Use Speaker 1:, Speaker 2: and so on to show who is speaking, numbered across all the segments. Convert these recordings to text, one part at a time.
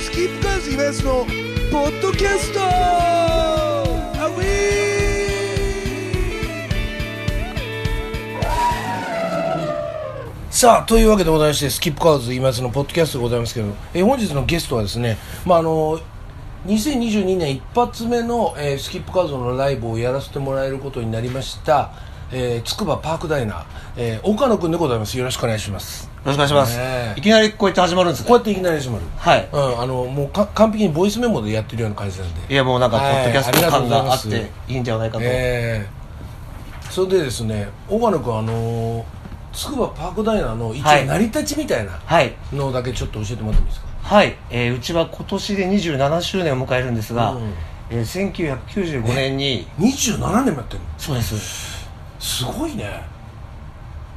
Speaker 1: スキップカーズイベントのポッドキャストアウィーさあというわけでございましてスキップカーズ今津のポッドキャストでございますけどえー本日のゲストはですね、まあ、あの2022年一発目の、えースキップカーズのライブをやらせてもらえることになりました、えー、筑波パークダイナー、えー岡野君でございますよろしくお願いします
Speaker 2: よろしくお願いします、
Speaker 1: ねえ
Speaker 2: いきなりこうやって始まるんです
Speaker 1: こう
Speaker 2: ね
Speaker 1: やっていきなり始まる
Speaker 2: はい
Speaker 1: うん、あのもうか完璧にボイスメモでやってるような感じなんで
Speaker 2: いやもうなんかポ
Speaker 1: はい
Speaker 2: ッドキャスト感があっ
Speaker 1: ありが
Speaker 2: て
Speaker 1: とう
Speaker 2: いいんじゃないかと、
Speaker 1: ええそれでですね岡野君あのつくばパークダイナーの一応
Speaker 2: はい
Speaker 1: 成り立ちみたいな
Speaker 2: はい
Speaker 1: のだけちょっと教えてもらってもいいですか、
Speaker 2: はい、えーうちは今年で27周年を迎えるんですが、
Speaker 1: うん
Speaker 2: えー1995年に
Speaker 1: 27年もやってるの
Speaker 2: そうです
Speaker 1: すごいね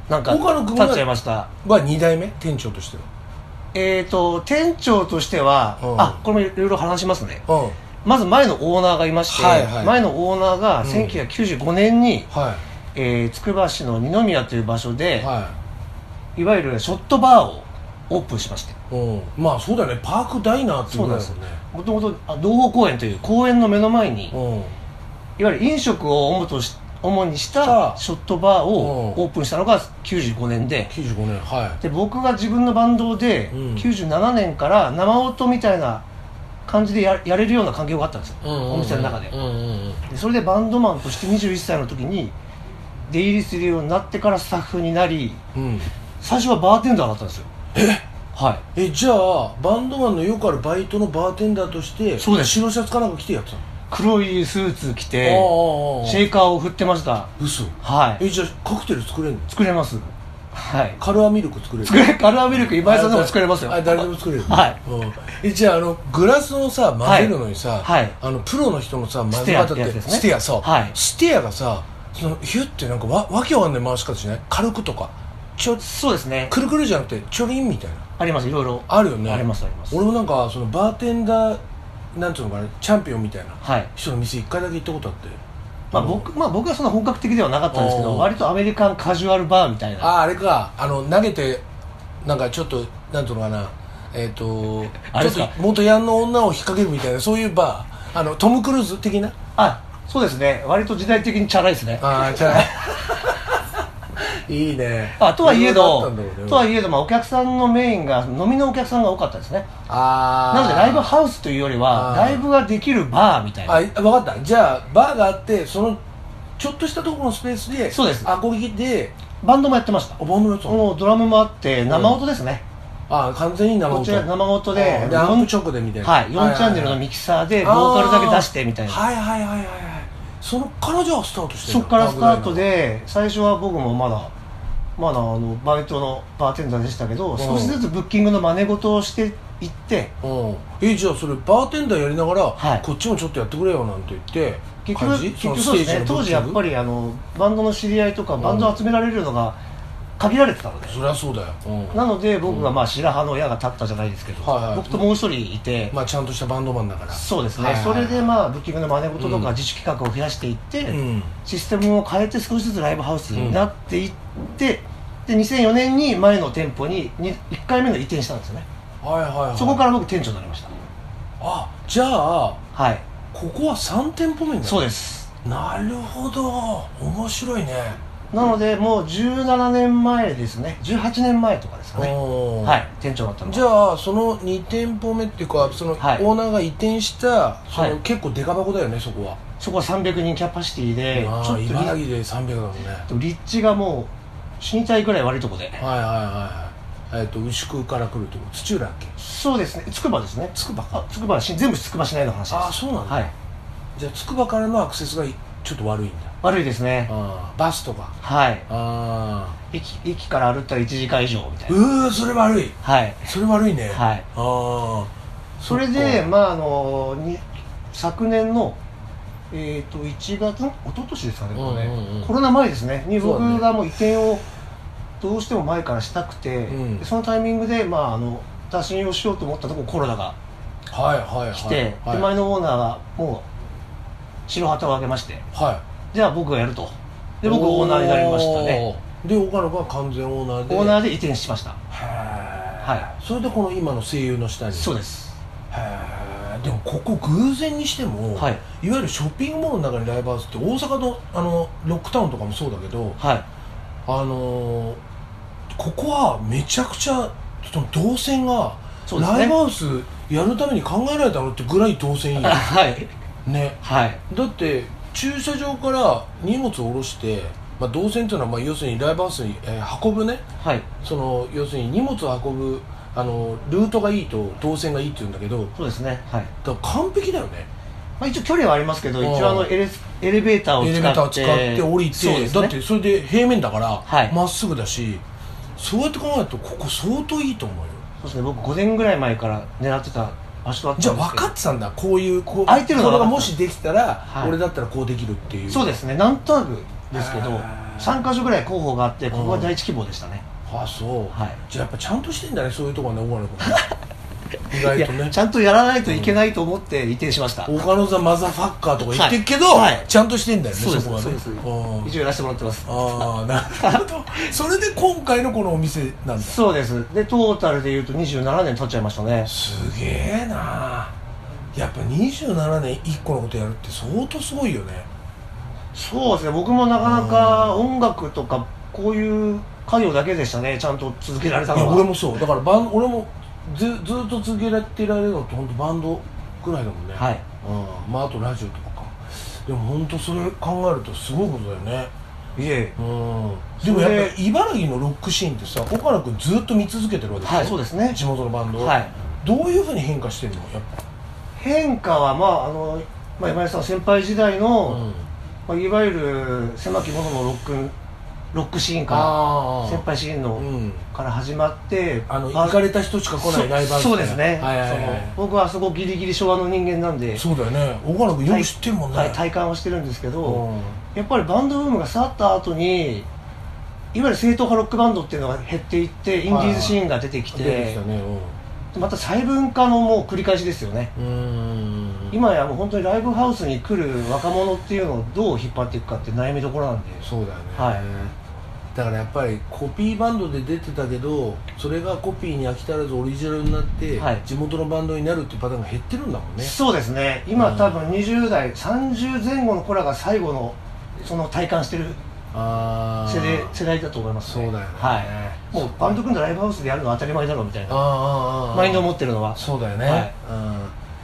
Speaker 2: なんか
Speaker 1: 岡野君
Speaker 2: 立
Speaker 1: は
Speaker 2: っちゃいました
Speaker 1: が2代目店長として
Speaker 2: えっ、ー、と店長としては、
Speaker 1: うん
Speaker 2: あこれもいろいろ話しますね
Speaker 1: はうん
Speaker 2: まず前のオーナーがいまして、
Speaker 1: はいはい
Speaker 2: 前のオーナーが
Speaker 1: うん
Speaker 2: 1995年に、
Speaker 1: は
Speaker 2: えーつくば市の二宮という場所
Speaker 1: い
Speaker 2: で、、
Speaker 1: はい
Speaker 2: わゆるショットバーをオープンしまして
Speaker 1: いうんまあそうだよねパークダイナーっていうことですよね
Speaker 2: もともとあ道後公園という公園の目の前に
Speaker 1: うん
Speaker 2: いわゆる飲食を主とし主にし
Speaker 1: さあ
Speaker 2: たショットバー
Speaker 1: う
Speaker 2: を
Speaker 1: ん
Speaker 2: オープンしたのが95年で
Speaker 1: 95年はい
Speaker 2: で僕が自分のバンドで
Speaker 1: うん
Speaker 2: 97年から生音みたいな感じでややれるような環境があったんですよ、
Speaker 1: うんうんうん
Speaker 2: お店の中で
Speaker 1: うんうんうん
Speaker 2: でそれでバンドマンとして21歳の時に出入りするようになってからスタッフになり
Speaker 1: うん
Speaker 2: 最初はバーテンダーだったんですよはい
Speaker 1: えじゃあバンドマンのよくあるバイトのバーテンダーとして
Speaker 2: そうです
Speaker 1: 白シャツかなんか着てやってたの
Speaker 2: 黒いスーツ着て
Speaker 1: ああ
Speaker 2: シェイカーを振ってました
Speaker 1: 嘘
Speaker 2: はい
Speaker 1: えじゃあカクテル作れんの
Speaker 2: 作れますはい
Speaker 1: カルアミルク作れる
Speaker 2: 作れカルアミルク今井さんでも作れますよ
Speaker 1: あ誰でも作れる、
Speaker 2: はい
Speaker 1: うん、えじゃああのグラスのさ混ぜるのにさ、
Speaker 2: はいはい
Speaker 1: あのプロの人のさ混
Speaker 2: ス
Speaker 1: ぜ
Speaker 2: テアっ
Speaker 1: 方って
Speaker 2: やつで
Speaker 1: て
Speaker 2: すね
Speaker 1: ステアそう、
Speaker 2: はい
Speaker 1: ステアがさそのヒュッてなんかわわけわかんない回し方しない軽くとかちょ
Speaker 2: そうですね
Speaker 1: くるくるじゃなくてちょりんみたいな
Speaker 2: ありますいろいろ
Speaker 1: あるよね
Speaker 2: ありますあります
Speaker 1: 俺もなんかそのバーテンダーなんていうのかなチャンピオンみたいな
Speaker 2: はい、
Speaker 1: 人の店一回だけ行ったことあって
Speaker 2: まあ、
Speaker 1: あの
Speaker 2: 僕まあ僕はそんな本格的ではなかったんですけ
Speaker 1: おー
Speaker 2: ど割とアメリカンカジュアルバーみたいな
Speaker 1: あああれかあの投げてなんかちょっとなんていうのかなえっ、と
Speaker 2: あれです
Speaker 1: ちょ
Speaker 2: か
Speaker 1: っと元ヤンの女を引っ掛けるみたいなそういうバーあのトム・クルーズ的な
Speaker 2: あそうですね割と時代的にチャラいですね
Speaker 1: ああじ ゃあいいね
Speaker 2: あとはい
Speaker 1: ろ
Speaker 2: え
Speaker 1: い
Speaker 2: ど
Speaker 1: ろあったんだろうね
Speaker 2: とはいえど、まあ、お客さんのメインが飲みのお客さんが多かったですね
Speaker 1: あ
Speaker 2: なのでライブ
Speaker 1: あ
Speaker 2: ハウスというより
Speaker 1: あー
Speaker 2: はライブができるバーみたいな
Speaker 1: 分かったじゃあバーがあってそのちょっとしたところのスペースで
Speaker 2: そうです
Speaker 1: アコギで
Speaker 2: バンドもやってました
Speaker 1: お盆のやつを
Speaker 2: もうドラムもあって生音ですね、
Speaker 1: ああ完全に生音
Speaker 2: こちら生音で
Speaker 1: うんでアンプ直でみたいな
Speaker 2: はい、4チャンネルのミキサーでボーカルだけ出してみたいな、
Speaker 1: はいはいはいはいはいそのからじゃあスタートしてん
Speaker 2: そ
Speaker 1: だ
Speaker 2: っからスタートで最初は僕もまだまだあのバイトのバーテンダーでしたけど
Speaker 1: ん
Speaker 2: 少しずつブッキングの真似事をしていって
Speaker 1: うんえじゃあそれバーテンダーやりながら、
Speaker 2: はい
Speaker 1: こっちもちょっとやってくれよなんて言って
Speaker 2: 結
Speaker 1: 感
Speaker 2: 局
Speaker 1: じ
Speaker 2: 結局そうですね当時やっぱ
Speaker 1: り
Speaker 2: りあのバンドの知り合いとかバンドを集められるのが限られてたので、
Speaker 1: そりゃそうだよ、うん
Speaker 2: なので僕がまあ白羽の矢が立ったじゃないですけど、
Speaker 1: はいはい
Speaker 2: 僕ともう一人いて、
Speaker 1: まあちゃんとしたバンドマンだから
Speaker 2: そうですね、
Speaker 1: はいはいはい
Speaker 2: それでまあブッキングの真似事と
Speaker 1: う
Speaker 2: か
Speaker 1: ん
Speaker 2: 自主企画を増やしていって、
Speaker 1: うん
Speaker 2: システムを変えて少しずつライブハウスになっていって、で2004年に前の店舗にに1回目の移転したんですよね、
Speaker 1: はいはい、はい、
Speaker 2: そこからら僕店長になりました
Speaker 1: あじゃあ
Speaker 2: はい
Speaker 1: ここは3店舗目になる
Speaker 2: そうです
Speaker 1: なるほど面白いね
Speaker 2: なのでもう17年前ですね18年前とかですかね
Speaker 1: おー
Speaker 2: はい店長だったの
Speaker 1: じゃあその2店舗目っていうかそのオ
Speaker 2: はい
Speaker 1: ーナーが移転した、その
Speaker 2: はい
Speaker 1: 結構デカ箱だよねそこは、
Speaker 2: そこは300人キャパシティで
Speaker 1: あ
Speaker 2: ちょ
Speaker 1: あ
Speaker 2: っ
Speaker 1: 茨
Speaker 2: と
Speaker 1: 城で300だもんね
Speaker 2: 立地がもう死にたいぐらい悪いとこで
Speaker 1: はいはいはいはいえっ、と牛久から来るとこ土浦っけ
Speaker 2: そうですねつくばですね
Speaker 1: つくばか
Speaker 2: あつくばし全部つくば市内の話です
Speaker 1: ああそうなんだ、
Speaker 2: はい
Speaker 1: じゃあつくばからのアクセスがいちょっと悪いんだ
Speaker 2: 悪いですね
Speaker 1: あーバスとか
Speaker 2: はい
Speaker 1: あ
Speaker 2: 駅駅から歩ったら1時間以上みたい
Speaker 1: ー
Speaker 2: な
Speaker 1: うーそれ悪い
Speaker 2: はい
Speaker 1: それ悪いね、い、
Speaker 2: はい
Speaker 1: ああ
Speaker 2: それでまああのに昨年のえっ、と1月ん一昨年ですかね,、これね
Speaker 1: うんうんうん
Speaker 2: コロナ前ですねに
Speaker 1: そうだね
Speaker 2: 僕がもう移転をどうしても前からしたくて、
Speaker 1: うん
Speaker 2: でそのタイミングでまああの打診をしようと思ったところコロナが
Speaker 1: はいはいはい
Speaker 2: 来て、
Speaker 1: はい
Speaker 2: で前のオーナーがもう白旗を上げまして
Speaker 1: は
Speaker 2: じゃあ僕がやると
Speaker 1: い
Speaker 2: で僕オーナーになりましたね
Speaker 1: おーで岡野が完全オーナーで
Speaker 2: オー
Speaker 1: ー
Speaker 2: ナーで移転しました
Speaker 1: は
Speaker 2: はい
Speaker 1: それでこの今の声優の下に
Speaker 2: そうです
Speaker 1: へえでもここ偶然にしても、
Speaker 2: はい
Speaker 1: い、わゆるショッピングモールの中にライブハウスって大阪のあのロックタウンとかもそうだけど
Speaker 2: はい
Speaker 1: あのーここはめちゃくちゃその動線が、
Speaker 2: そうですね
Speaker 1: ライブハウスやるために考えられたのってぐらい動線いい よ
Speaker 2: あ はい
Speaker 1: ね
Speaker 2: はい
Speaker 1: だって駐車場から荷物を下ろして、まあ、動線というのはまあ要するにライブハウスに、えー運ぶね
Speaker 2: はい
Speaker 1: その要するに荷物を運ぶあのルートがいいと動線がいいって言うんだけど
Speaker 2: そうですねはい
Speaker 1: だから完璧だよね
Speaker 2: まあ、一応距離はありますけど
Speaker 1: うん
Speaker 2: 一応あのエレスエレベーターを
Speaker 1: エ
Speaker 2: 使
Speaker 1: レ
Speaker 2: って
Speaker 1: ベーター使って降り
Speaker 2: そう
Speaker 1: て、
Speaker 2: ですね
Speaker 1: だってそれで平面だからま、
Speaker 2: はい
Speaker 1: っすぐだしそうやって考えるとここ相当いいと思うよ
Speaker 2: そうですね僕5年ぐらい前から狙ってた場所だったんで
Speaker 1: じ
Speaker 2: すけ
Speaker 1: ゃあ
Speaker 2: ど
Speaker 1: 分かってたんだこういうこう
Speaker 2: 空いてるの
Speaker 1: こ
Speaker 2: は
Speaker 1: れが
Speaker 2: 分
Speaker 1: も
Speaker 2: かってた
Speaker 1: しできたら、
Speaker 2: はい
Speaker 1: 俺だったらこうできるっていう
Speaker 2: そう
Speaker 1: す
Speaker 2: ですねなんとなくですけど
Speaker 1: あー
Speaker 2: 3か所ぐらい候補があってここが第一希望でしたね、
Speaker 1: あそう、
Speaker 2: はい
Speaker 1: じゃあやっぱちゃんとしてんだねそういうと こはね大金君意外と
Speaker 2: いや
Speaker 1: ね
Speaker 2: ちゃんとやらないといけないと思って移転しました、
Speaker 1: 大金座マザーファッカーとか言ってるけど、
Speaker 2: はいはい
Speaker 1: ちゃんとしてんだよね
Speaker 2: そうです
Speaker 1: こはね
Speaker 2: そうで
Speaker 1: う
Speaker 2: す
Speaker 1: ん
Speaker 2: 一応やらせてもらってます
Speaker 1: ああなるほどそれで今回のこのお店なんだ
Speaker 2: そうですでトータルでいうと27年取っちゃいましたね
Speaker 1: すげえなやっぱ27年1個のことやるって相当すごいよね
Speaker 2: そうですね僕もなかなか音楽とかこういう家業だけでしたねちゃんと続けられた
Speaker 1: い
Speaker 2: の
Speaker 1: や
Speaker 2: は
Speaker 1: 俺もそうだからバン俺もずずっと続けられてられるのって本当バンドぐらいだもんね
Speaker 2: はい
Speaker 1: うんまああとラジオとかかでも本当それ考えるとすごいことだよね
Speaker 2: いえ
Speaker 1: うん
Speaker 2: そ
Speaker 1: で
Speaker 2: れ
Speaker 1: も
Speaker 2: で
Speaker 1: やっぱり茨城のロックシーンってさ岡野君ずっと見続けてるわけでしょ
Speaker 2: はいそうですね
Speaker 1: 地元のバンドを
Speaker 2: はい
Speaker 1: どういうふうに変化してるのやっぱ
Speaker 2: 変化はまああの、まあ、今井さんの先輩時代の、まあ、いわゆる狭き者のロックロックシーンか
Speaker 1: あ
Speaker 2: ら先輩シーンの、
Speaker 1: うん
Speaker 2: から始まって
Speaker 1: あの
Speaker 2: バ
Speaker 1: 行かれた人しか来ないライブハウス
Speaker 2: そうそうですね、
Speaker 1: はいはいはい
Speaker 2: その僕はあそこギリギリ昭和の人間なんで、
Speaker 1: そうだよね岡野君よく知ってるもんね、
Speaker 2: はい、体感はしてるんですけど、
Speaker 1: うん
Speaker 2: やっぱりバンドブームが去った後にいわゆる正統派ロックバンドっていうのが減っていってインディーズシーンが出てき
Speaker 1: 出
Speaker 2: て,、
Speaker 1: てきたねうん
Speaker 2: また細分化のもう繰り返しですよね
Speaker 1: うーん
Speaker 2: 今やもう本当にライブハウスに来る若者っていうのをどう引っ張っていくかって悩みどころなんで
Speaker 1: そうだよね、
Speaker 2: はい
Speaker 1: だからやっぱりコピーバンドで出てたけどそれがコピーに飽き足らずオリジナルになって、
Speaker 2: はい
Speaker 1: 地元のバンドになるっていうパターンが減ってるんだもんね
Speaker 2: そうですね
Speaker 1: う
Speaker 2: 今
Speaker 1: ん
Speaker 2: 多分20代30前後の子らが最後のその体感してる
Speaker 1: ああ
Speaker 2: 世代世代だと思います、
Speaker 1: そうだよね
Speaker 2: はいもうバンド組んでライブハウスでやるのは当たり前だろうみたい
Speaker 1: あー
Speaker 2: な
Speaker 1: あーあー
Speaker 2: マインドを持ってるのは
Speaker 1: そうだよね、
Speaker 2: はい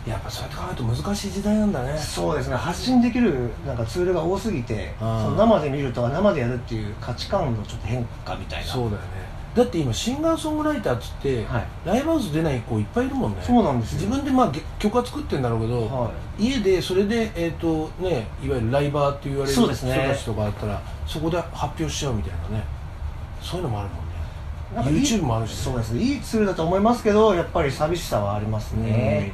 Speaker 1: うん、やっぱそうやって考えると難しい時代なんだね
Speaker 2: そうですね発信できるなんかツールが多すぎて
Speaker 1: う
Speaker 2: そ
Speaker 1: ん
Speaker 2: の生で見るとは生でやるっていう価値観のちょっと変化みたいな
Speaker 1: そうだよねだって今シンガーソングライターっつって、
Speaker 2: はい
Speaker 1: ライブハウス出ない子いっぱいいるもんね
Speaker 2: そうなんですよ
Speaker 1: 自分でまあげ曲は作ってんだろうけど、
Speaker 2: は
Speaker 1: 家でそれで、えーとね、いわゆるライバーって言われる
Speaker 2: そ
Speaker 1: 人
Speaker 2: う
Speaker 1: た
Speaker 2: ですね
Speaker 1: ちとかあったらそこで発表しちゃうみたいなねそういうのもあるもんね
Speaker 2: いなんかいい
Speaker 1: YouTube もあるしね
Speaker 2: そうですねいいツールだと思いますけどやっぱり寂しさはありますね、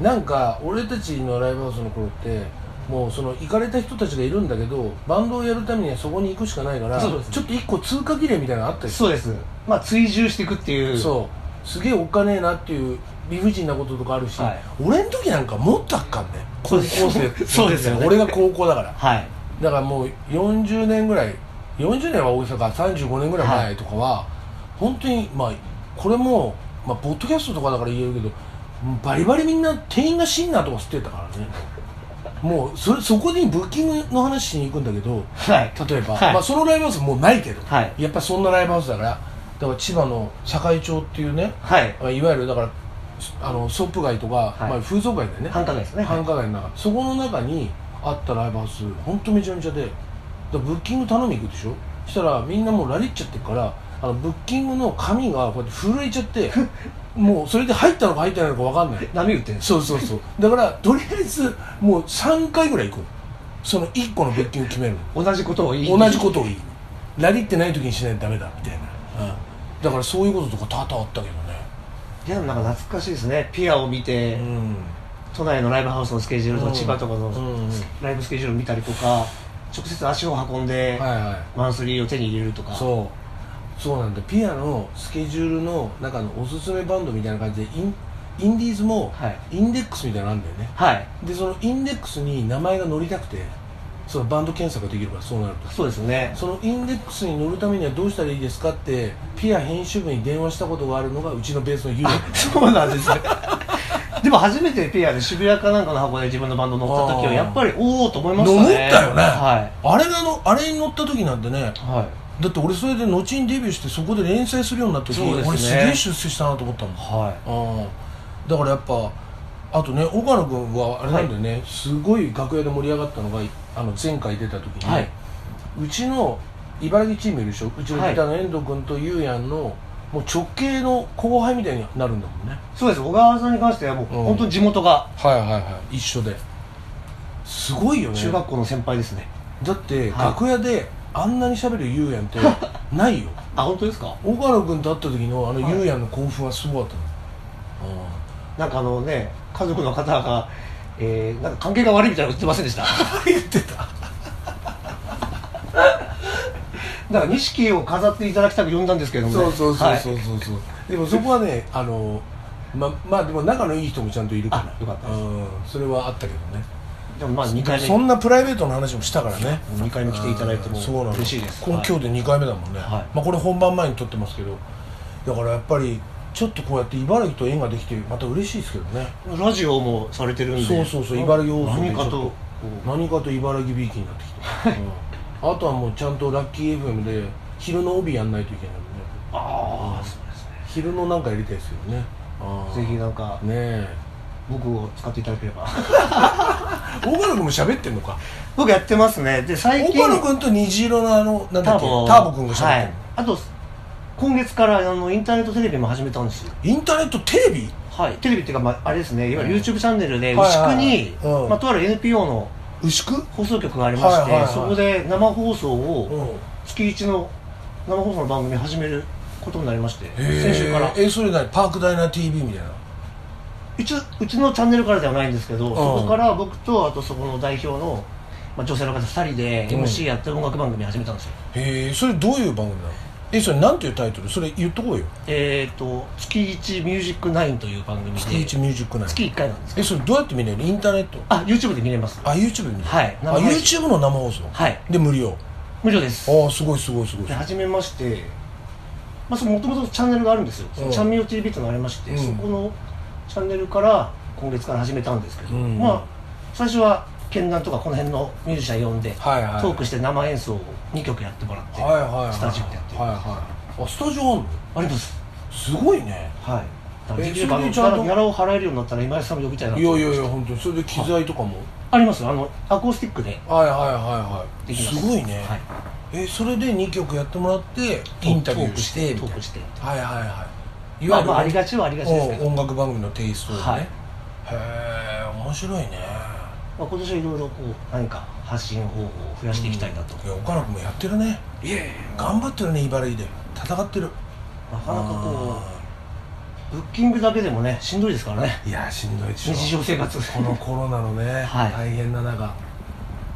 Speaker 1: なんか俺たちのライブハウスの頃ってもうその行かれた人たちがいるんだけどバンドをやるためにはそこに行くしかないから、
Speaker 2: そうですね
Speaker 1: ちょっと一個通過儀礼みたいなのあったりす
Speaker 2: そうですまあ追従していくってい
Speaker 1: る
Speaker 2: う
Speaker 1: そうすげえおっかねえなっていう理不尽なこととかあるし、
Speaker 2: はい
Speaker 1: 俺の時なんかもっとあっかんね高校生の時だから
Speaker 2: そうですよね
Speaker 1: 俺が高校だから
Speaker 2: はい
Speaker 1: だからもう40年ぐらい40年は大げさか35年ぐらい前とかは、本当にまあこれも、まあ、ポッドキャストとかだから言えるけどバリバリみんな店員がシンナーとか吸ってたからねもうそれそこにブッキングの話しに行くんだけど
Speaker 2: はい
Speaker 1: 例えば、
Speaker 2: はい
Speaker 1: まあ、そのライブハウスもうないけど、
Speaker 2: はい
Speaker 1: やっぱそんなライブハウスだからだから千葉の堺町っていうね
Speaker 2: はい
Speaker 1: いわゆるだからあのソープ街とか、
Speaker 2: い
Speaker 1: まあ、風俗街だよね
Speaker 2: 繁華街ですね
Speaker 1: 繁華街の中そこの中にあったライブハウス本当めちゃめちゃでだからブッキング頼み行くでしょそしたらみんなもうラリっちゃってるからあのブッキングの紙がこうやって震えちゃって もうそれで入ったのか入ってないのか分かんない
Speaker 2: 波打ってるんです
Speaker 1: そうそうそうだからとりあえずもう3回ぐらい行くのその1個のブッキング決めるの
Speaker 2: 同じことを言い
Speaker 1: 同じことを言うラリってない時にしないとダメだみたいな、うん、だからそういうこととか多々あったけどね
Speaker 2: いやでもなんか懐かしいですねピアを見て、
Speaker 1: うん
Speaker 2: 都内のライブハウスのスケジュールとか、
Speaker 1: うん
Speaker 2: 千葉とかの
Speaker 1: うん
Speaker 2: ライブスケジュール見たりとか直接足を運んで、
Speaker 1: はいはい
Speaker 2: マンスリーを手に入れるとか
Speaker 1: そうそうなんだピアのスケジュールの中のおすすめバンドみたいな感じでインインディーズも
Speaker 2: はい
Speaker 1: インデックスみたいなのあるんだよね
Speaker 2: はい
Speaker 1: でそのインデックスに名前が載りたくてそのバンド検索ができるからそうなると
Speaker 2: そうですね
Speaker 1: そのインデックスに載るためにはどうしたらいいですか ってピア編集部に電話したことがあるのがうちのベースのユウ
Speaker 2: そうなんですねでも初めてペアで渋谷かなんかの箱で自分のバンド乗った時
Speaker 1: あ
Speaker 2: は
Speaker 1: ー
Speaker 2: やっぱりおおと思いましたね
Speaker 1: 思ったよね、
Speaker 2: は
Speaker 1: あれがのあれに乗った時なんてね
Speaker 2: い、はい
Speaker 1: だって俺それで後にデビューしてそこで連載するようになった時、
Speaker 2: そうですね
Speaker 1: 俺すげえ出世したなと思ったもん
Speaker 2: は
Speaker 1: うんだからやっぱあとね岡野君はあれなんだよね、すごい楽屋で盛り上がったのがあの前回出た時に、
Speaker 2: はいう
Speaker 1: ちの茨城チームいるでしょうちのギターの遠藤君とゆうやんのもう直系の後輩みたいになるんだもんね
Speaker 2: そうです小川さんに関してはもう
Speaker 1: うん
Speaker 2: 本当に地元が
Speaker 1: はいはいはい一緒ですごいよね
Speaker 2: 中学校の先輩ですね
Speaker 1: だって
Speaker 2: はい
Speaker 1: 楽屋であんなに喋るゆうやん ってないよ
Speaker 2: あ本当ですか
Speaker 1: 岡野君と会った時のあの
Speaker 2: はい
Speaker 1: ゆうやんの興奮はすごかったの、うん
Speaker 2: なんかあのね家族の方が、えー、なんか関係が悪いみたいなこと言ってませんでした
Speaker 1: 言ってた
Speaker 2: だから錦を飾っていただきたく呼んだんですけれども、ね、
Speaker 1: そうそうそう
Speaker 2: はい
Speaker 1: そうそうそう、でもそこはねあのままあでも仲のいい人もちゃんといるから
Speaker 2: あよかったです
Speaker 1: うんそれはあったけどね
Speaker 2: でもまあ2回
Speaker 1: そ
Speaker 2: 目
Speaker 1: んなプライベートの話もしたからね
Speaker 2: 2回目来ていただいても
Speaker 1: うんそうなの
Speaker 2: 嬉しいです
Speaker 1: この
Speaker 2: はい
Speaker 1: 今日で2回目だもんね、
Speaker 2: はい
Speaker 1: まあ、これ本番前に撮ってますけどだからやっぱりちょっとこうやって茨城と縁ができてまた嬉しいですけどね
Speaker 2: ラジオもされてるんで
Speaker 1: そうそうそう茨城放送で
Speaker 2: 何か
Speaker 1: ちょっ
Speaker 2: と
Speaker 1: と何かと茨城びいきになってきて、うんあとはもうちゃんとラッキー FM で昼の帯やんないといけないので、
Speaker 2: ああそうですね
Speaker 1: 昼のなんかやりたいですよねあー
Speaker 2: ぜひ
Speaker 1: ね
Speaker 2: なんか
Speaker 1: え
Speaker 2: 僕を使っていただければ
Speaker 1: 小原君も喋ってんのか
Speaker 2: 僕やってますねで最
Speaker 1: 小
Speaker 2: 近
Speaker 1: 原君と虹色のあのなんだっけターボ君が喋って
Speaker 2: はい
Speaker 1: る、
Speaker 2: あと今月からあのインターネットテレビも始めたんですよ
Speaker 1: インターネットテレビ
Speaker 2: はいテレビっていうか、まあ、あれですねいわゆる YouTube チャンネルで
Speaker 1: はい
Speaker 2: 牛
Speaker 1: は
Speaker 2: 久
Speaker 1: い
Speaker 2: に、
Speaker 1: うん
Speaker 2: まあ、とある NPO の
Speaker 1: 牛久
Speaker 2: 放送局がありまして、
Speaker 1: はいはいはい
Speaker 2: そこで生放送
Speaker 1: うん
Speaker 2: を月1の生放送の番組始めることになりまして
Speaker 1: へえ
Speaker 2: 先週から
Speaker 1: えそれ何パークダイナー TV みたいな
Speaker 2: うちうちのチャンネルからではないんですけど、そこから僕とあとそこの代表の、まあ、女性の方2人で
Speaker 1: うん
Speaker 2: MC やって音楽番組始めたんですよ、
Speaker 1: へえそれどういう番組なのえそれなんていうタイトルそれ言っとこうよ
Speaker 2: えっ、と月1ミュージックナインという番組で
Speaker 1: 月一ミュージックナイン
Speaker 2: 月1回なんですけ
Speaker 1: えそれどうやって見れるインターネット
Speaker 2: どあ YouTube で見れます
Speaker 1: あ YouTube に
Speaker 2: はい
Speaker 1: あ YouTube の生放送
Speaker 2: はい
Speaker 1: で無料
Speaker 2: 無料です
Speaker 1: ああすごいすごいすごい
Speaker 2: で始めましてまあもともとチャンネルがあるんですよ、
Speaker 1: うん
Speaker 2: チャンミヨ TV というのがありまして、
Speaker 1: うん
Speaker 2: そこのチャンネルから今月から始めたんですけど、
Speaker 1: うん
Speaker 2: まあ最初は県南とかこの辺のミュージシャン呼んで、
Speaker 1: はいはい
Speaker 2: トークして生演奏を2曲やってもらって、
Speaker 1: はいはいはい
Speaker 2: スタジオでやってる
Speaker 1: はいはいあスタジオあんの
Speaker 2: あります
Speaker 1: すごいね
Speaker 2: はいだから
Speaker 1: え
Speaker 2: できればあ
Speaker 1: それ
Speaker 2: の
Speaker 1: でちゃんと
Speaker 2: ギャラを払えるようになったら今井さんも呼びたいないと
Speaker 1: や
Speaker 2: 思
Speaker 1: い
Speaker 2: ま
Speaker 1: やい
Speaker 2: す
Speaker 1: や本当にそれで機材とかも
Speaker 2: ありますあのアコースティックで
Speaker 1: はいはいはいは
Speaker 2: で
Speaker 1: い
Speaker 2: きます
Speaker 1: すごいね、
Speaker 2: はい、
Speaker 1: えそれで2曲やってもらってインタビューしてみ
Speaker 2: ト
Speaker 1: たいな
Speaker 2: ークして
Speaker 1: はいはいはいい
Speaker 2: まあ、まああり
Speaker 1: が
Speaker 2: がちはありがちですけど、
Speaker 1: 音楽番組のテイストでね、
Speaker 2: はい
Speaker 1: へえ面白いね
Speaker 2: まあ、今年はいろいろこう何か発信方法を増やしていきたいなと、
Speaker 1: いや岡野君もやってるね
Speaker 2: いやいや
Speaker 1: 頑張ってるね茨城で戦ってる
Speaker 2: なかなかこうブッキングだけでもねしんどいですからね
Speaker 1: ういやしんどいでしょ
Speaker 2: 日常生活
Speaker 1: このコロナのね、
Speaker 2: はい
Speaker 1: 大変な中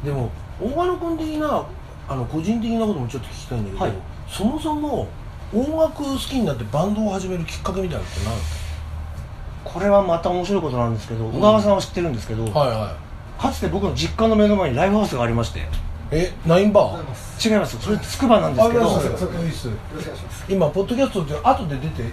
Speaker 1: でも大金君的なあの個人的なこともちょっと聞きたいんだけど、
Speaker 2: はい
Speaker 1: そもそも音楽好きになってバンドを始めるきっかけみたいなのって
Speaker 2: これはまた面白いことなんですけど小川さんは知ってるんですけど、
Speaker 1: 何はいは
Speaker 2: かつて僕の実家の目の前にライブハウスがありまして
Speaker 1: いえナインバー
Speaker 2: 違いますそれつくばなんですけど
Speaker 1: ありがとうございます
Speaker 3: よろしくお願いします。
Speaker 1: 今ポッドキャストって後で出て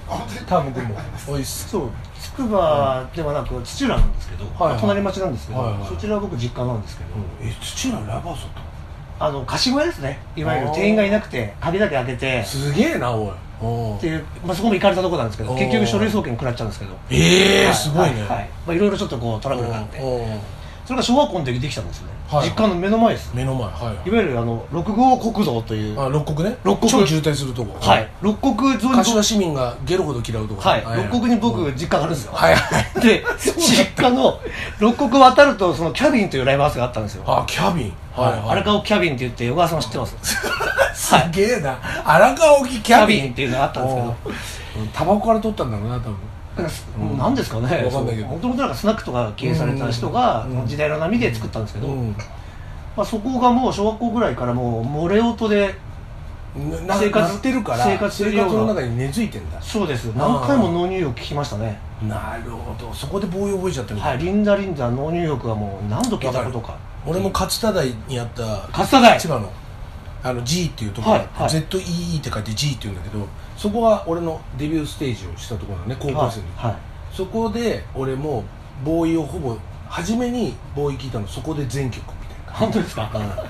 Speaker 1: 多分でもおいっす
Speaker 2: そうつくばではなく土浦なんですけど、
Speaker 1: はいはい
Speaker 2: 隣町なんですけど、
Speaker 1: はいはい
Speaker 2: そちらは僕実家なんですけど、
Speaker 1: え土浦ラバーソッ
Speaker 2: あの貸し小屋ですねいわゆる店員がいなくて鍵だけ開けて
Speaker 1: すげえなおいお
Speaker 2: っていう、まあ、そこも行かれたとこなんですけど
Speaker 1: おー
Speaker 2: 結局書類送検食らっちゃうんですけど
Speaker 1: ええ
Speaker 2: は
Speaker 1: ー、すごいね、
Speaker 2: はいはいまあ、いろいろちょっとこうトラブルがあって
Speaker 1: おうおう
Speaker 2: それが小学校の時できたんですよね、
Speaker 1: はい
Speaker 2: 実家の目の前です
Speaker 1: 目の前はいはい
Speaker 2: いわゆるあの六号国道という
Speaker 1: あ
Speaker 2: は
Speaker 1: 六国ね
Speaker 2: 六国
Speaker 1: 超渋滞するとこ
Speaker 2: い六国沿いに僕
Speaker 1: 柏市民がゲロほど嫌うとこ
Speaker 2: はい六国に僕実家があるんですよ、
Speaker 1: はいはい
Speaker 2: で実家の六国渡るとそのキャビンというライブハウスがあったんですよ
Speaker 1: あキャビンはいはい
Speaker 2: 荒川キャビンって言って小川さんは知ってます
Speaker 1: すげえな荒川沖キ
Speaker 2: キ
Speaker 1: ャ
Speaker 2: ャ
Speaker 1: ビ
Speaker 2: ビ
Speaker 1: ン
Speaker 2: ンっていうのがあったんですけど
Speaker 1: うんタバコから取ったんだろうな多分
Speaker 2: うんなんですかね
Speaker 1: わかんないけど
Speaker 2: もともとなんかスナックとか経営された人が
Speaker 1: うん
Speaker 2: 時代の波で作ったんですけど、
Speaker 1: うん
Speaker 2: まあ、そこがもう小学校ぐらいからもう漏れ音で
Speaker 1: な
Speaker 2: 生活
Speaker 1: なってるから
Speaker 2: 生活するような
Speaker 1: の中に根付いてんだ
Speaker 2: そうです何回も脳入浴聞きましたね
Speaker 1: なるほどそこで棒を覚えちゃってる
Speaker 2: はいリンダリンダ脳入浴はもう何度聞いたことか
Speaker 1: 俺も勝田台にあった
Speaker 2: 勝田台
Speaker 1: 千葉のあの G っていうところ、
Speaker 2: はいはい
Speaker 1: ZEE って書いて G っていうんだけどそこは俺のデビューステージをしたところなのね高校生の時、
Speaker 2: はいはい
Speaker 1: そこで俺もボーイをほぼ初めにボーイ聞いたのそこで全曲み
Speaker 2: 本当ですか
Speaker 1: たいな、うん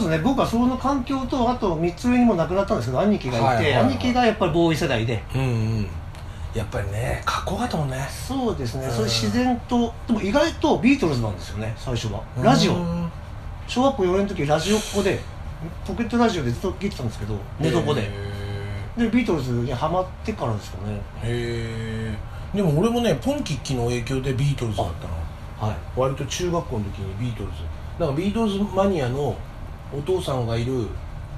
Speaker 2: そうですね僕はその環境とあと3つ上にも亡くなったんですけど兄貴がいて、
Speaker 1: はいはいはい
Speaker 2: 兄貴がやっぱりボーイ世代で
Speaker 1: うんうんやっぱりねかっこよかったもんね
Speaker 2: そうですね、
Speaker 1: うん
Speaker 2: それ自然とでも意外とビートルズなんですよね最初はラジオ
Speaker 1: うん
Speaker 2: 小学校4年の時ラジオっ子でポケットラジオでずっと聞いてたんですけど寝床で
Speaker 1: へ
Speaker 2: でビートルズにハマってからですかね
Speaker 1: えへえでも俺もねポンキッキの影響でビートルズだったの
Speaker 2: はい
Speaker 1: 割と中学校の時にビートルズなんかビートルズマニアのお父さんがいる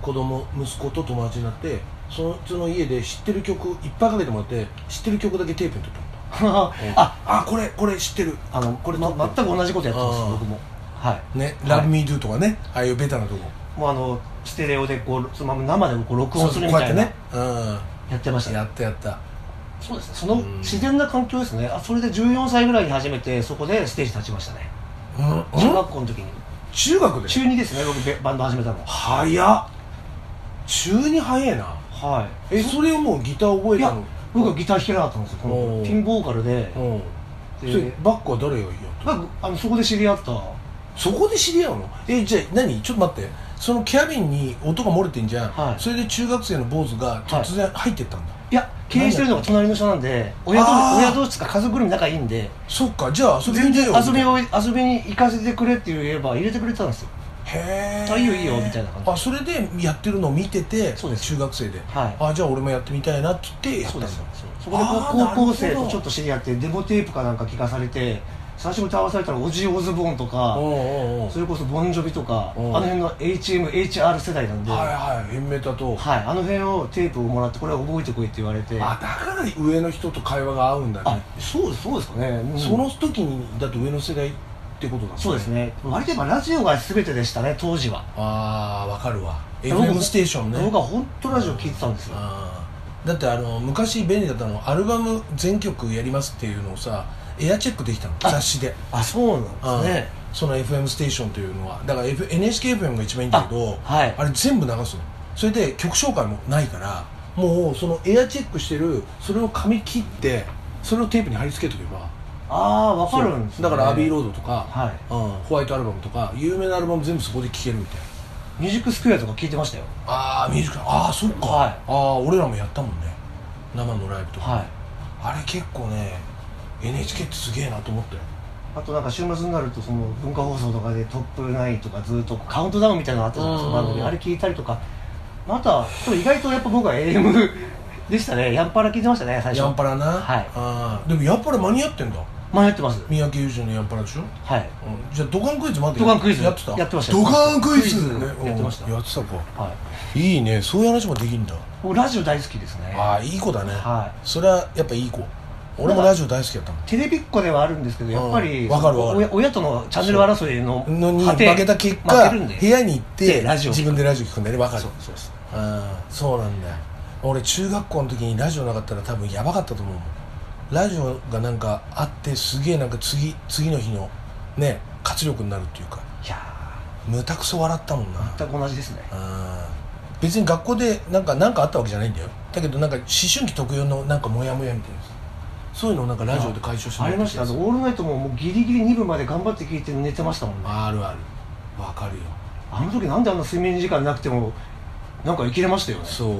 Speaker 1: 子供息子と友達になってそのその家で知ってる曲いっぱいかけてもらって知ってる曲だけテープに取ってもらっ
Speaker 2: あ
Speaker 1: たあこれこれ知ってる
Speaker 2: あのこれ、ま、全く同じことやってます
Speaker 1: あー
Speaker 2: 僕もはい
Speaker 1: ね「
Speaker 2: はい
Speaker 1: LoveMeDo」とかねああいうベタなとこ
Speaker 2: もうあのステレオでこうそのまま生でこう録
Speaker 1: そう
Speaker 2: 音
Speaker 1: そ
Speaker 2: す
Speaker 1: う
Speaker 2: る
Speaker 1: こ
Speaker 2: み
Speaker 1: うや
Speaker 2: た
Speaker 1: って
Speaker 2: いな
Speaker 1: ねうん
Speaker 2: やってましたね
Speaker 1: やったやった
Speaker 2: そうですねその
Speaker 1: うん
Speaker 2: 自然な環境ですねあそれで14歳ぐらいに始めてそこでステージ立ちましたね
Speaker 1: うん
Speaker 2: 中
Speaker 1: うん
Speaker 2: 学校の時に
Speaker 1: 中学で
Speaker 2: 中2ですね僕べバンド始めたのは
Speaker 1: 早っ中に早えな
Speaker 2: はい
Speaker 1: えそれをもうギター覚え
Speaker 2: い
Speaker 1: た
Speaker 2: や
Speaker 1: の
Speaker 2: 僕はギター弾けなかったんですよこ
Speaker 1: お
Speaker 2: の
Speaker 1: ー
Speaker 2: ピンボーカルで
Speaker 1: うんそれ
Speaker 2: で
Speaker 1: バックは誰がいいよ
Speaker 2: まああのそこで知り合った
Speaker 1: そこで知り合うのえじゃあ何ちょっと待ってそのキャビンに音が漏れてんじゃん、
Speaker 2: はい
Speaker 1: それで中学生の坊主が突然入ってったんだ、
Speaker 2: いや経営してるのが隣の人なんで親同
Speaker 1: あー
Speaker 2: 親同士とか家族ぐるみ仲いいんで
Speaker 1: そっかじゃあ遊びに
Speaker 2: 全
Speaker 1: 出
Speaker 2: 然
Speaker 1: ようみた
Speaker 2: 遊
Speaker 1: いな
Speaker 2: びを遊びに行かせてくれって言えば入れてくれてたんですよ
Speaker 1: へえ
Speaker 2: あいいよいいよみたいな感じ
Speaker 1: あそれでやってるのを見てて
Speaker 2: そうです
Speaker 1: 中学生で、
Speaker 2: はい
Speaker 1: あじゃあ俺もやってみたいなって言ってやった
Speaker 2: そ
Speaker 1: ん
Speaker 2: う
Speaker 1: だ
Speaker 2: ですよそこで
Speaker 1: あー
Speaker 2: 高高校
Speaker 1: な
Speaker 2: 生
Speaker 1: るほ
Speaker 2: と
Speaker 1: ど
Speaker 2: ちょっと知り合ってデモテープかなんか聞かされて最初歌わされたらオジー・オズボーンと
Speaker 1: おう
Speaker 2: か
Speaker 1: おうおう
Speaker 2: それこそボンジョビとかあ
Speaker 1: うん
Speaker 2: の辺の HMHR 世代なんで、はい
Speaker 1: はいはいエンメタと、
Speaker 2: あの辺をテープをもらってこれは覚えてこいって言われて
Speaker 1: あだから上の人と会話が合うんだ
Speaker 2: あ
Speaker 1: ね、
Speaker 2: そうですそうですかね、うん
Speaker 1: その時にだって上の世代ってことだもんね
Speaker 2: そうですね割とやっぱラジオが全てでしたね当時は、
Speaker 1: ああわかるわ
Speaker 2: 僕
Speaker 1: FM ステーションね
Speaker 2: 僕は本当ラジオ聞いてたんですよ
Speaker 1: あーだってあの昔便利だったのアルバム全曲やりますっていうのをさエアチェックできたの
Speaker 2: あ
Speaker 1: 雑誌で
Speaker 2: あそうなんですね
Speaker 1: うんその FM ステーションというのはだから、F、NHKFM が一番いいんだけど
Speaker 2: あはい
Speaker 1: れ全部流すのそれで曲紹介もないからもうそのエアチェックしてるそれを紙切ってそれをテープに貼り付けとけば
Speaker 2: ああ分かるんです、
Speaker 1: そう
Speaker 2: ね、
Speaker 1: だからアビー
Speaker 2: ロ
Speaker 1: ロードとか、
Speaker 2: はい
Speaker 1: うん、ホワイトアルバムとか有名なアルバム全部そこで聴けるみたいな
Speaker 2: ミュージックスクエアとか聞いてましたよ
Speaker 1: ああミュージックああそっか、
Speaker 2: はい
Speaker 1: ああ俺らもやったもんね生のライブとか、
Speaker 2: はい
Speaker 1: あれ結構ね NHK ってすげえなと思ったよ
Speaker 2: あとなんか週末になるとその文化放送とかでトップ9とかずっとカウントダウンみたいなのあったじゃないですか
Speaker 1: うん
Speaker 2: 番組あれ聞いたりとかまたそう意外とやっぱ僕は AM でしたねヤンパラ聞いてましたね最初
Speaker 1: ヤンパラな、
Speaker 2: はい
Speaker 1: ああでもヤンパラ間に合ってんだ
Speaker 2: 迷ってます
Speaker 1: 三宅裕司のヤンパラでしょ、
Speaker 2: はい
Speaker 1: うん、じゃあドカンクイズまで
Speaker 2: ドカンクイズ
Speaker 1: やってた
Speaker 2: やってました
Speaker 1: ドカンクイズ
Speaker 2: クイズ
Speaker 1: ねうん
Speaker 2: やってました
Speaker 1: やってたか
Speaker 2: はい
Speaker 1: いいねそういう話もできるんだ
Speaker 2: 僕ラジオ大好きですね
Speaker 1: ああいい子だね、
Speaker 2: はい
Speaker 1: それはやっぱいい子俺もラジオ大好きだったもん
Speaker 2: テレビっ子ではあるんですけどやっぱり
Speaker 1: うんわかるわかる
Speaker 2: 親親とのチャンネル争いの
Speaker 1: のに負
Speaker 2: 果て
Speaker 1: けた結
Speaker 2: 負
Speaker 1: 果
Speaker 2: けるんで
Speaker 1: 部屋に行って
Speaker 2: でラジオ
Speaker 1: 自分でラジオ聞くんだよね分かる
Speaker 2: そうそうそう
Speaker 1: うんそうなんだよ俺中学校の時にラジオなかったら多分やばかったと思うもんラジオがなんかあってすげえなんか次次の日のね活力になるっていうか
Speaker 2: いや
Speaker 1: むたくそ笑ったもんな
Speaker 2: ー全く同じですね
Speaker 1: うん別に学校でなんかなんかあったわけじゃないんだよだけどなんか思春期特有のなんかモヤモヤみたいなやつそういうのをなんかラジオで解消しても
Speaker 2: あ
Speaker 1: ら
Speaker 2: り
Speaker 1: っ
Speaker 2: ま
Speaker 1: て
Speaker 2: したあのオールナイトももうギリギリ2部まで頑張って聞いて寝てましたもんね
Speaker 1: あるあるわかるよ
Speaker 2: あの時なんであんな睡眠時間なくてもなんか生きれましたよね
Speaker 1: そう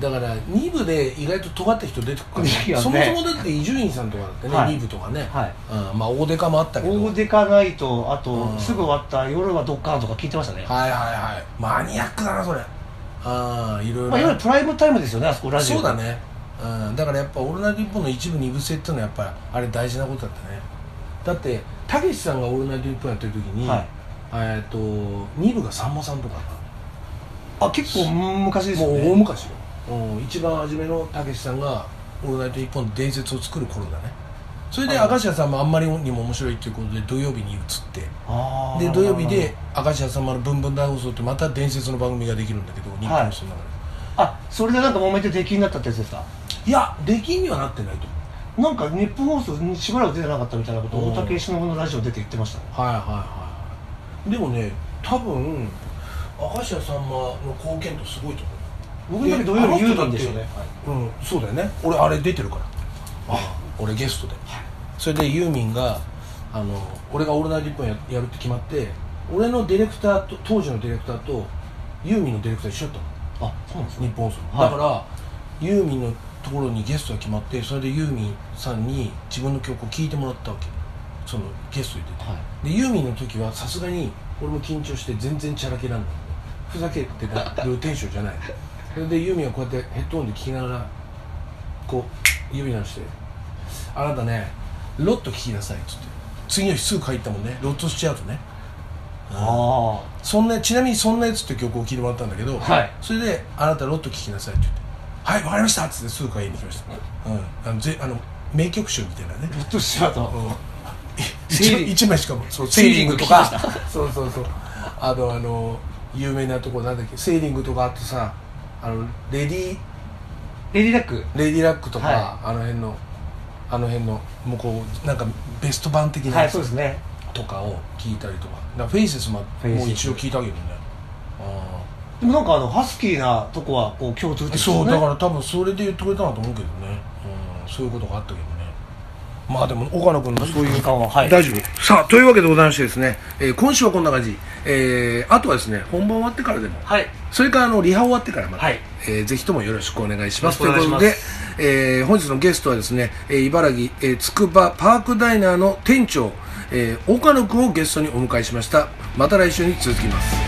Speaker 1: だから2部で意外と尖った人出てくる
Speaker 2: い
Speaker 1: か
Speaker 2: や
Speaker 1: ら
Speaker 2: ね
Speaker 1: そもそもだって伊集院さんとかだってね、
Speaker 2: はい
Speaker 1: 2部とかね、
Speaker 2: はい
Speaker 1: うん、まあ大デカもあったけど
Speaker 2: 大デカナイトあ
Speaker 1: う
Speaker 2: と
Speaker 1: ん
Speaker 2: すぐ終わった夜はドッカーンとか聞いてましたね、
Speaker 1: はいはいはいマニアックだなそれああいろいろ、
Speaker 2: まあ、いわゆるプライムタイムですよねあそこラジオ
Speaker 1: そうだね、うん、だからやっぱ「オールナイトニッポン」の一部二部制っていうのはやっぱりあれ大事なことだったねだってたけしさんが「オールナイトニッポン」やってる時に、
Speaker 2: はい
Speaker 1: えっと2部がさんまさんとか
Speaker 2: あ結構昔ですよ
Speaker 1: もう
Speaker 2: ね
Speaker 1: 大昔よ、うん、一番初めのたけしさんが「オールナイトニッポン」伝説を作る頃だねそれで
Speaker 2: はい
Speaker 1: 明石家さんまあんまりにも面白いっていうことで土曜日に移って
Speaker 2: あー
Speaker 1: で土曜日で明石家さんまの「ブンブン大放送」ってまた伝説の番組ができるんだけど日本放送の中で、
Speaker 2: あそれでなんか揉めて出禁になったってやつですか
Speaker 1: い、や出禁にはなってないと思
Speaker 2: なんか日本放送にしばらく出てなかったみたいなことを大竹しのぶのラジオ出て言ってましたね
Speaker 1: うはいはいはいでもね多分明石家さんまの貢献度すごいと思う
Speaker 2: 僕の時土曜日
Speaker 1: え
Speaker 2: 言うたんですよね
Speaker 1: うんそうだよね俺あれ出てるからあ俺ゲストで、それでユーミンがあの俺が「オールナイトニッポンや」やるって決まって俺のディレクターと当時のディレクターとユーミンのディレクター一緒だったの
Speaker 2: あそうなんです
Speaker 1: 日
Speaker 2: ね
Speaker 1: 本放送、
Speaker 2: はい
Speaker 1: だからユーミンのところにゲストが決まってそれでユーミンさんに自分の曲を聴いてもらったわけそのゲストに出て
Speaker 2: はい
Speaker 1: でユーミンの時はさすがに俺も緊張して全然チャラけなんだけどふざけてるテンション じゃないそれでユーミンはこうやってヘッドホンで聴きながらこう指鳴らして「あなたねロット聴きなさい」っつって次の日すぐ帰ったもんねロットしちゃうとね
Speaker 2: あ
Speaker 1: そんなちなみに「そんなやつ」って曲を聴いてもらったんだけど、
Speaker 2: はい
Speaker 1: それで「あなたロット聴きなさい」って言って「はいわかりました」っつってすぐ買いに来ました、うん、あのぜあの名曲集みたいなね
Speaker 2: あロットシアターセーリング
Speaker 1: 一枚しかもそう
Speaker 2: セーリングとか
Speaker 1: そうそうそうあのあの有名なとこなんだっけセーリングとかあとさあのレディ
Speaker 2: レディラック
Speaker 1: レディラックとか、
Speaker 2: は
Speaker 1: あの辺のあの辺の向こうなんかベスト版的な
Speaker 2: はい
Speaker 1: や
Speaker 2: そう
Speaker 1: つ
Speaker 2: ですね
Speaker 1: とかを聞いたりとか,、だからフェイセスも
Speaker 2: フェイセス
Speaker 1: もう一応聞いたけどねあ
Speaker 2: でもなんかあのハスキーなとこはこう共通点
Speaker 1: ー
Speaker 2: ですよ
Speaker 1: そう
Speaker 2: ね
Speaker 1: だから多分それで言ってくれたなと思うけどね、うん、そういうことがあったけどねまあでも岡野君のそういう
Speaker 2: 時間ははい
Speaker 1: 大丈夫さあというわけでございましてですね、えー今週はこんな感じ、えーあとはですね本番終わってからでも
Speaker 2: はい
Speaker 1: それからあのリハ終わってからまた、
Speaker 2: はい
Speaker 1: えーぜひともよろしくお願いしますとい
Speaker 2: よろし
Speaker 1: う
Speaker 2: く
Speaker 1: こ
Speaker 2: お
Speaker 1: と
Speaker 2: 願い
Speaker 1: で
Speaker 2: し、
Speaker 1: えー本日のゲストはですね、えー茨城、えー、つくばパークダイナーの店長、えー岡野君をゲストにお迎えしましたまた来週に続きます